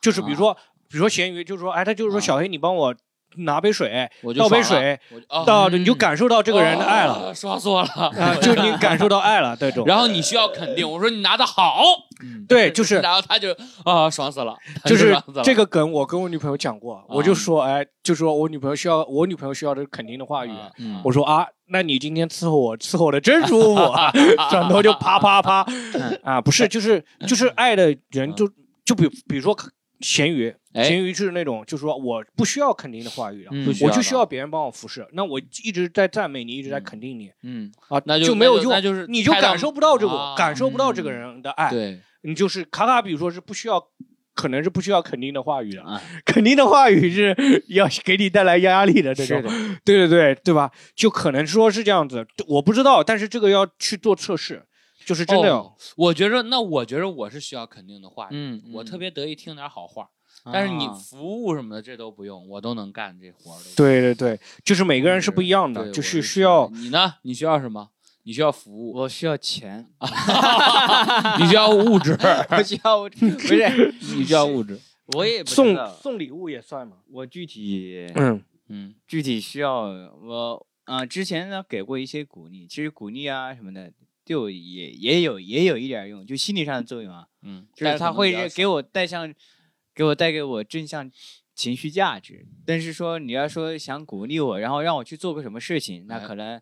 A: 就是比如说，比如说咸鱼，就是说，哎，他就是说
B: 啊
A: 小黑，你帮我拿杯水，
B: 我就
A: 倒杯
B: 爽了，
A: 水，
B: 我就哦
A: 到你就
C: 嗯
A: 感受到这个人的爱了，
B: 哦，爽死我
A: (laughs) 啊，
B: 了。
A: 就你感受到
B: (laughs)
A: 爱了这种。
B: 然后你需要肯定，我说你拿的好， (laughs)
A: 对，就是
B: 然后他就啊，爽死了，他
A: 就是
B: (laughs) 爽死了啊
A: 这个梗，我跟我女朋友讲过，我就说，哎，就说我女朋友需要，我女朋友需要的肯定的话语。
B: 啊
C: 嗯
A: 我说啊，那你今天伺候我，伺候的真舒
B: (laughs)
A: 服啊，转头就啪啪啪
C: 嗯，
A: 啊，不是，就是就是爱的人
B: 哎嗯
A: 就就比比如说咸鱼，
B: 哎
A: 咸鱼是那种就说我不需要肯定的话语的，
C: 嗯
B: 不需
A: 我
B: 要
A: 就
B: 的
A: 需要别人帮我服侍，那我一直在赞美你，一直在肯定你
C: 嗯
A: 啊，
B: 那就
A: 没有
B: 那就
A: 用
B: 那，就是
A: 你就
B: 太大
A: 感受不到这个
B: 啊，
A: 感受不到这个
C: 嗯
A: 人的爱，
B: 对，
A: 你就是卡卡，比如说是不需要。可能是不需要肯定的话语的，
C: 啊，
A: 肯定的话语是 (laughs) 要给你带来压力的这种
C: 是。的，
A: 对对对，对吧？就可能说是这样子，我不知道，但是这个要去做测试，就是真的
B: 哦我觉着，那我觉着我是需要肯定的话语，
C: 嗯，
B: 我特
C: 嗯，
B: 别得意听点好话。但是
C: 啊
B: 你服务什么的，这都不用，我都能干这活儿都。
A: 对对对，就是每个人是不一样
B: 对，
A: 的，
B: 我
A: 就是是需
B: 这样
A: 要
B: 的你呢？你需要什么？你需要服务，
C: 我需要钱，
B: (laughs) 你需要物质，
C: 不需要我， (laughs) 不是，
B: 你需要物质。
C: (laughs) 我也不知
A: 送
C: 道
A: 送礼物也算嘛。
C: 我具体
A: 嗯
B: 嗯，
C: 具体需要我啊、呃之前呢给过一些鼓励，其实鼓励啊什么的，对我也也有也有一点用，就心理上的作用啊，
B: 嗯，
C: 就是它会
B: 但
C: 是
B: 是
C: 给我带上，给我带给我正向情绪价值。但是说你要说想鼓励我，然后让我去做个什么事情，那
B: 哎
C: 可能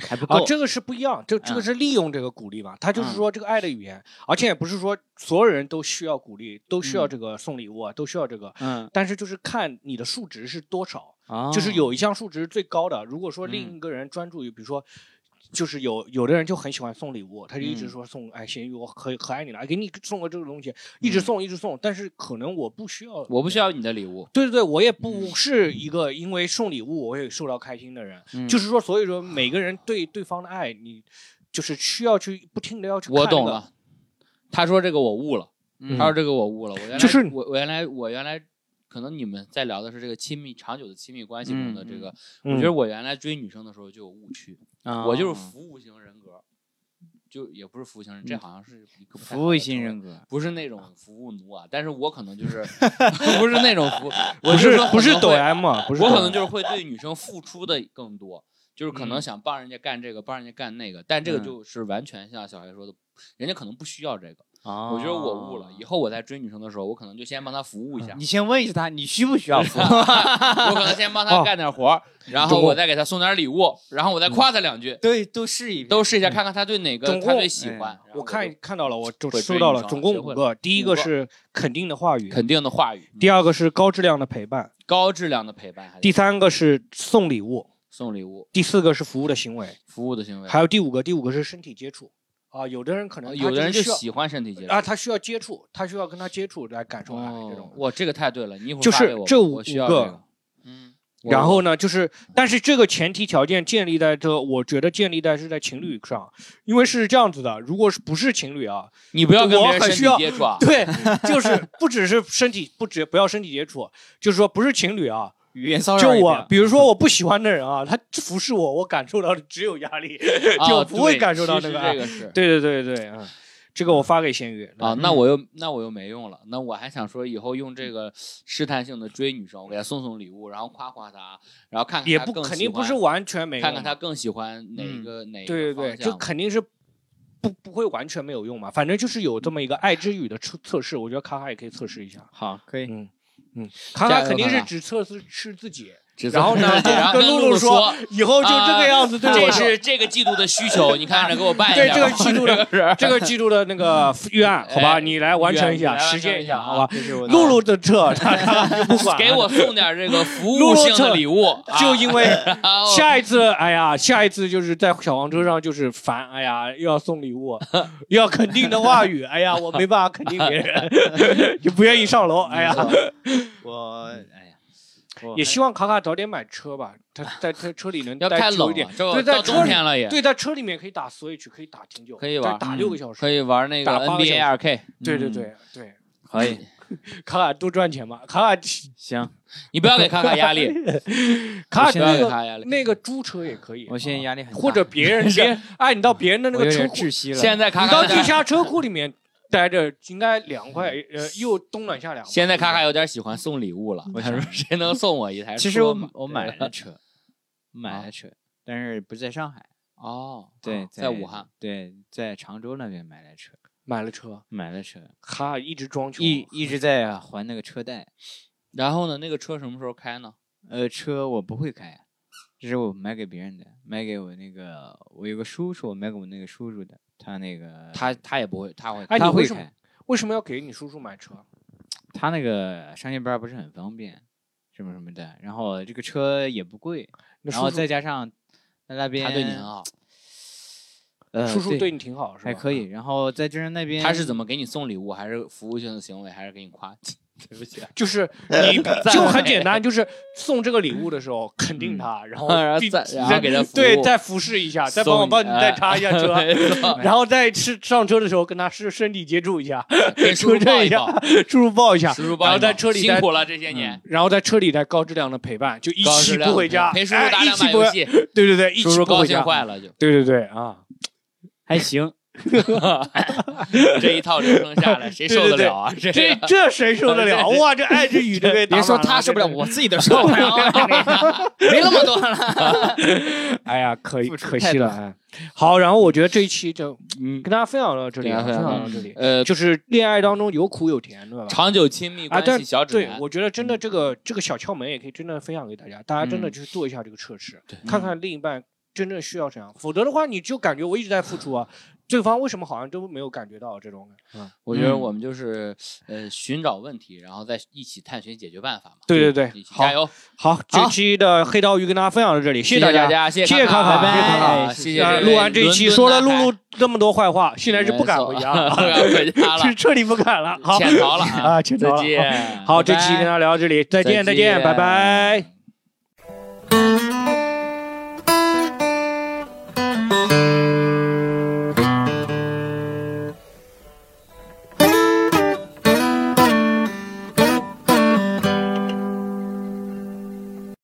C: 还不够。
A: 啊，这个是不一样，这这个
C: 嗯
A: 是利用这个鼓励嘛，他就是
C: 嗯
A: 说这个爱的语言，而且也不是说所有人都需要鼓励，都需要
C: 嗯
A: 这个送礼物啊，都需要这个，
C: 嗯，
A: 但是就是看你的数值是多少，
C: 哦
A: 就是有一项数值最高的。如果说
C: 嗯
A: 另一个人专注于，比如说，就是有有的人就很喜欢送礼物，他就一直
C: 嗯
A: 说送，哎，咸鱼，我可可爱你了，哎给你送个这个东西，一直
C: 嗯
A: 送一直送。但是可能我不需要，
B: 我不需要你嗯的礼物，
A: 对对对，我也不是一个因为送礼物我也受到开心的人。
C: 嗯
A: 就是说，所以说每个人对对方的爱，你就是需要去不停的要去。
B: 我懂。了。他说这个我悟了，
C: 嗯
B: 他说这个我悟了。我原来
A: 就是
B: 我我原来我原来可能你们在聊的是这个亲密长久的亲密关系中的这个，我觉得
A: 嗯
B: 我原来追女生的时候就有误区，
C: 啊
B: 我就是服务型人格，就也不是服务型人，这好像是一个不太
C: 服
B: 好
C: 务
B: 的
C: 型
B: 称谓
C: 人格，
B: 不是那种服务奴啊，但是我可能就是
A: (laughs)
B: 不是那种服务，
A: 不
B: 我就是说
A: 不是
B: 可能
A: 抖
B: 会
A: M 嘛，不是
B: 我
A: 抖
B: 可能
A: M
B: 就是会对女生付出的更多，就是可能
C: 嗯
B: 想帮人家干这个，帮人家干那个，但这个
C: 嗯
B: 就是完全像小黑说的，人家可能不需要这个。
C: 啊
B: 我觉得我悟了，
A: 哦
B: 以后我在追女生的时候，我可能就先帮她服务一下，
A: 嗯
C: 你先问一下他，你需不需要服务？ (laughs)
B: 我可能先帮她
A: 哦嗯
B: 干点活儿，然后
A: 总共
B: 我再给她送点礼物，然后我再夸她两句，
C: 对，都试一遍。
B: 都试
A: 嗯
B: 一下看看她对哪个
A: 总
B: 她
A: 共
B: 最喜欢。
C: 哎
B: 然后
A: 我看
B: 就
A: 看到了，我就
B: 会追
A: 收到
B: 女
A: 了，
B: 生
A: 总
B: 了
A: 共
B: 学
A: 五
B: 会
A: 个。第一
B: 五
A: 个
B: 个
A: 是肯定的话语，
B: 肯定的话语，
A: 第二个是高质量的陪伴，
B: 高质量的陪伴还得，
A: 第三个是送礼物，
B: 送礼物，
A: 第四个是服务的行为，
B: 服务的行为。
A: 还有第五个，第五个是身体接触哎啊。有的人可能
B: 呃有的人
A: 就
B: 就是
A: 需要
B: 喜欢身体接触
A: 啊，他需要接触，他需要跟他接触来感受爱这
B: 哦
A: 种。
B: 哇，这个太对了，你一会儿
A: 就是
B: 发给我吧
A: 这五
B: 我需要
A: 个
B: 这个嗯，我
A: 然后呢，就是，但是这个前提条件建立在这，我觉得建立在是在情侣上，因为是这样子的，如果是不是情侣 (laughs) 啊，
B: 你不要跟别人
A: 我很
B: 身
A: 需
B: 体
A: 要
B: 接触啊，
A: (laughs) 对，就是不只是身体，不只不要身体接触，就是说不是情侣啊，
C: 语言骚扰
A: 就
C: 一
A: 我
C: 点，
A: 比如说我不喜欢的人啊， (laughs) 他服侍我，我感受到的只有压力，
B: (laughs) 啊
A: 就不会
B: 对
A: 感受到
B: 其
A: 那
B: 实
A: 个爱
B: 这
A: (laughs)
B: 个是。
A: 对对对对，嗯，这个我发给咸鱼
B: 啊，那我又那我又没用了，那我还想说以后用这个试探性的追女生，我给她送送礼物，然后夸夸她，然后看看
A: 也
B: 她
A: 不
B: 更
A: 肯
B: 喜
A: 定不是
B: 欢
A: 完全没用
B: 看看她
A: 嘛
B: 更喜欢哪一
A: 嗯
B: 个、哪一个
A: 对对对，
B: 方
A: 就
B: 向
A: 肯定是不不会完全没有用嘛，反正就是有这么一个爱之语的测测试，我觉得卡卡也可以测试一下。
C: 好，哦可以，
A: 嗯嗯，卡
B: 加
A: 卡
B: 油
A: 肯定
B: 卡
A: 是
B: 卡
A: 只测试是自己， (laughs)
B: 只
A: 然后
B: 做
A: 呢
B: 对然后
A: 跟
B: 跟
A: 露
B: 露
A: 露
B: 说
A: 说以后就这
B: 啊
A: 个样子对
B: 这
A: 我说。
B: 是这个季度的需求，你看着给我办一
A: 对
B: 下
A: 这个
B: 吧
A: 季度的
B: (laughs) 是
A: 这个季度的那
B: (laughs)
A: 个预案，好吧，
B: 哎
A: 你来完成一
B: 预
A: 下，
B: 案你来完
A: 实
B: 成
A: 践
B: 一
A: 一
B: 下
A: 下，
B: 啊
A: 好吧。
C: 这是我的
A: (laughs) 露露的测，卡卡就不管了，
B: 给我送点这个服
A: 露露
B: 务性的
A: 特 (laughs)
B: 礼物，啊
A: 就
C: (laughs)
A: 因为
B: 然后
A: 下一次，哎呀，下一次就是在小黄车上就是烦，哎呀，又要送礼物， (laughs) 又要肯定的话语，哎呀，我没办法肯定别人， (laughs) 就不愿意上楼，哎呀，
C: 我哎呀，我
A: 也希望卡卡早点买车吧，他在他车里能
B: 要
A: 待
B: 太
A: 久
B: 冷
A: 一点
B: 了，，这
A: 对，
B: 个
A: 在
B: 到
A: 车
B: 冬
A: 里，
B: 天了也
A: 对，在车里面可以打 Switch，可以打挺久，
B: 可以
A: 再
B: 玩
A: 打
C: 嗯
A: 六个小时，
B: 可以玩那个
A: 打八个
B: NBA
A: 小
B: 二 K，
A: 对对
C: 嗯
A: 对对，
C: 可以
A: 卡卡多赚钱吧，卡卡
C: 行，
B: 你不要给卡卡压 (laughs) 力，
A: 卡卡
B: 不要
A: 那
B: 给
A: 个
B: 他压力。
A: 那个租车也可以，
C: 我现在压力很大，
A: 或者别人别人哎，你到别人的那
C: 我
A: 个
C: 有
A: 车
C: 点
A: 库
C: 窒息
B: (laughs)
C: 了，
B: 现在卡
A: 你到
B: 卡有
A: 地
B: 点，
A: 下车库里面待着，应该凉快，呃，又冬暖夏凉吧。
B: 嗯现在卡卡有点喜欢送礼物了。我想说，谁能送我
A: (laughs)
B: 一台车嘛？
C: 其实我我
B: 对
C: 买
B: 吧
C: 了车，买
B: 啊
C: 了车，但是不是在上海，
A: 啊
B: 哦，
C: 对，
B: 在武汉，
C: 对，在常州那边买了车，
A: 买了车，
C: 买了车，
A: 卡尔一直装穷，
C: 一一直在还那个车贷，
B: 然后呢，那个车什么时候开呢？
C: 呃，车我不会开，这是我买给别人的，买给我那个我有个叔叔，我买给我那个叔叔的，他那个
B: 他他也不会，他会。
A: 哎
C: 他
A: 你为
C: 会
A: 什么
C: 开，
A: 为什么要给你叔叔买车？
C: 他那个上下班儿不是很方便，什么什么的，然后这个车也不贵，
A: 那
C: 然后
A: 叔
C: 再
A: 叔
C: 加上他那边
B: 他对你很好，
C: 呃
B: 嗯
A: 叔叔
C: 对
A: 对你挺好，是吧？
C: 还可以，。然后在这那边
B: 他是怎么给你送礼物？还是服务性的行为？还是给你
A: (laughs)
B: 夸？对不起啊， (laughs)
A: 就是你
B: 赞
A: 就
B: 美
A: 很简单，就是送这个礼物的时候肯定他，然后
B: 嗯 (laughs) 然后
A: 必 (laughs)
B: 再然后
A: 再
B: 给他服务
A: 对再服侍一下，再帮我
B: 送
A: 帮你再
B: 哎
A: 擦一下车，
B: 没 (laughs) 错
A: (laughs) 然后再是上车的时候跟他是身体接触一下，
B: 给叔叔
A: 纠正
B: 抱
A: 一下
B: 抱，
A: 叔叔抱一下，
B: 叔叔抱一
A: 然后
B: 抱
A: 在车里
B: 辛
A: 再
B: 苦了这些年，
A: 然后在车里再高质量的陪伴，就一
B: 高
A: 起
B: 质量
A: 不回家，
B: 陪叔
A: 哎
B: 叔打
A: 一
B: 两
A: 起
B: 把
A: 不
B: 游
A: 回，
B: 戏，
A: 对对对，一
B: 叔
A: 起
B: 叔
A: 不
B: 高
A: 回
B: 兴
A: 家，
B: 坏了就。
A: 对对对啊，
C: 还行，
B: 这一套流程下来，谁受得了啊？
A: (laughs)
B: 这
A: 这这谁受得了哇？这爱之语这个也打
C: 别说
A: 满
C: 他受不了，
A: 真
C: 我自己都受不了，啊
B: (laughs)
C: 没那么多了。
A: 是 (laughs) 哎呀，可以
C: 付出
A: 可
C: 太
A: 惜
C: 多
A: 了哎。好，然后我觉得这一期就
B: 嗯，
A: 跟大家分享到这里啊，分
B: 跟大家
A: 享
B: 分
A: 到
B: 享
A: 这里，
B: (laughs) 呃，
A: 就是恋爱当中有苦有甜，对吧？
B: 长久亲密
A: 啊，
B: 关
A: 但
B: 系小指
A: 对
B: 南，
A: 我觉得真的这个这个小窍门也可以真的分享给大家，大家真的
B: 嗯
A: 去做一下这个测试
B: 对，
A: 看看另一半真正需要什么样，否则的话你就感觉我一直在付出啊，对方为什么好像都没有感觉到这种？
B: 我觉得
C: 嗯
B: 我们就是呃寻找问题，然后再一起探寻解决办法嘛。
A: 对对对
B: 一起
A: 好
B: 加油！
A: 好，这期的黑刀鱼跟大家分享到这里，谢
B: 谢
A: 大
B: 大
A: 家。
B: 家，谢
A: 谢谢
B: 卡
A: 卡卡
B: 拜
A: 谢谢卡
B: 拜，
C: 卡
B: 谢
C: 谢谢
A: 啊
B: 谢。
A: 录完这一期，说了露露这么多坏话，现在是不敢回家了，(laughs)
B: (laughs) 不敢回家了
A: 是，彻底不敢了。好
B: 潜逃了啊！
A: (laughs) 啊，请
B: 再
A: 早了。
B: 见。
A: 好，这
B: 拜
A: 期
B: 拜
A: 跟大家聊到这里，再见，
B: 再
A: 再见，拜拜。
B: 见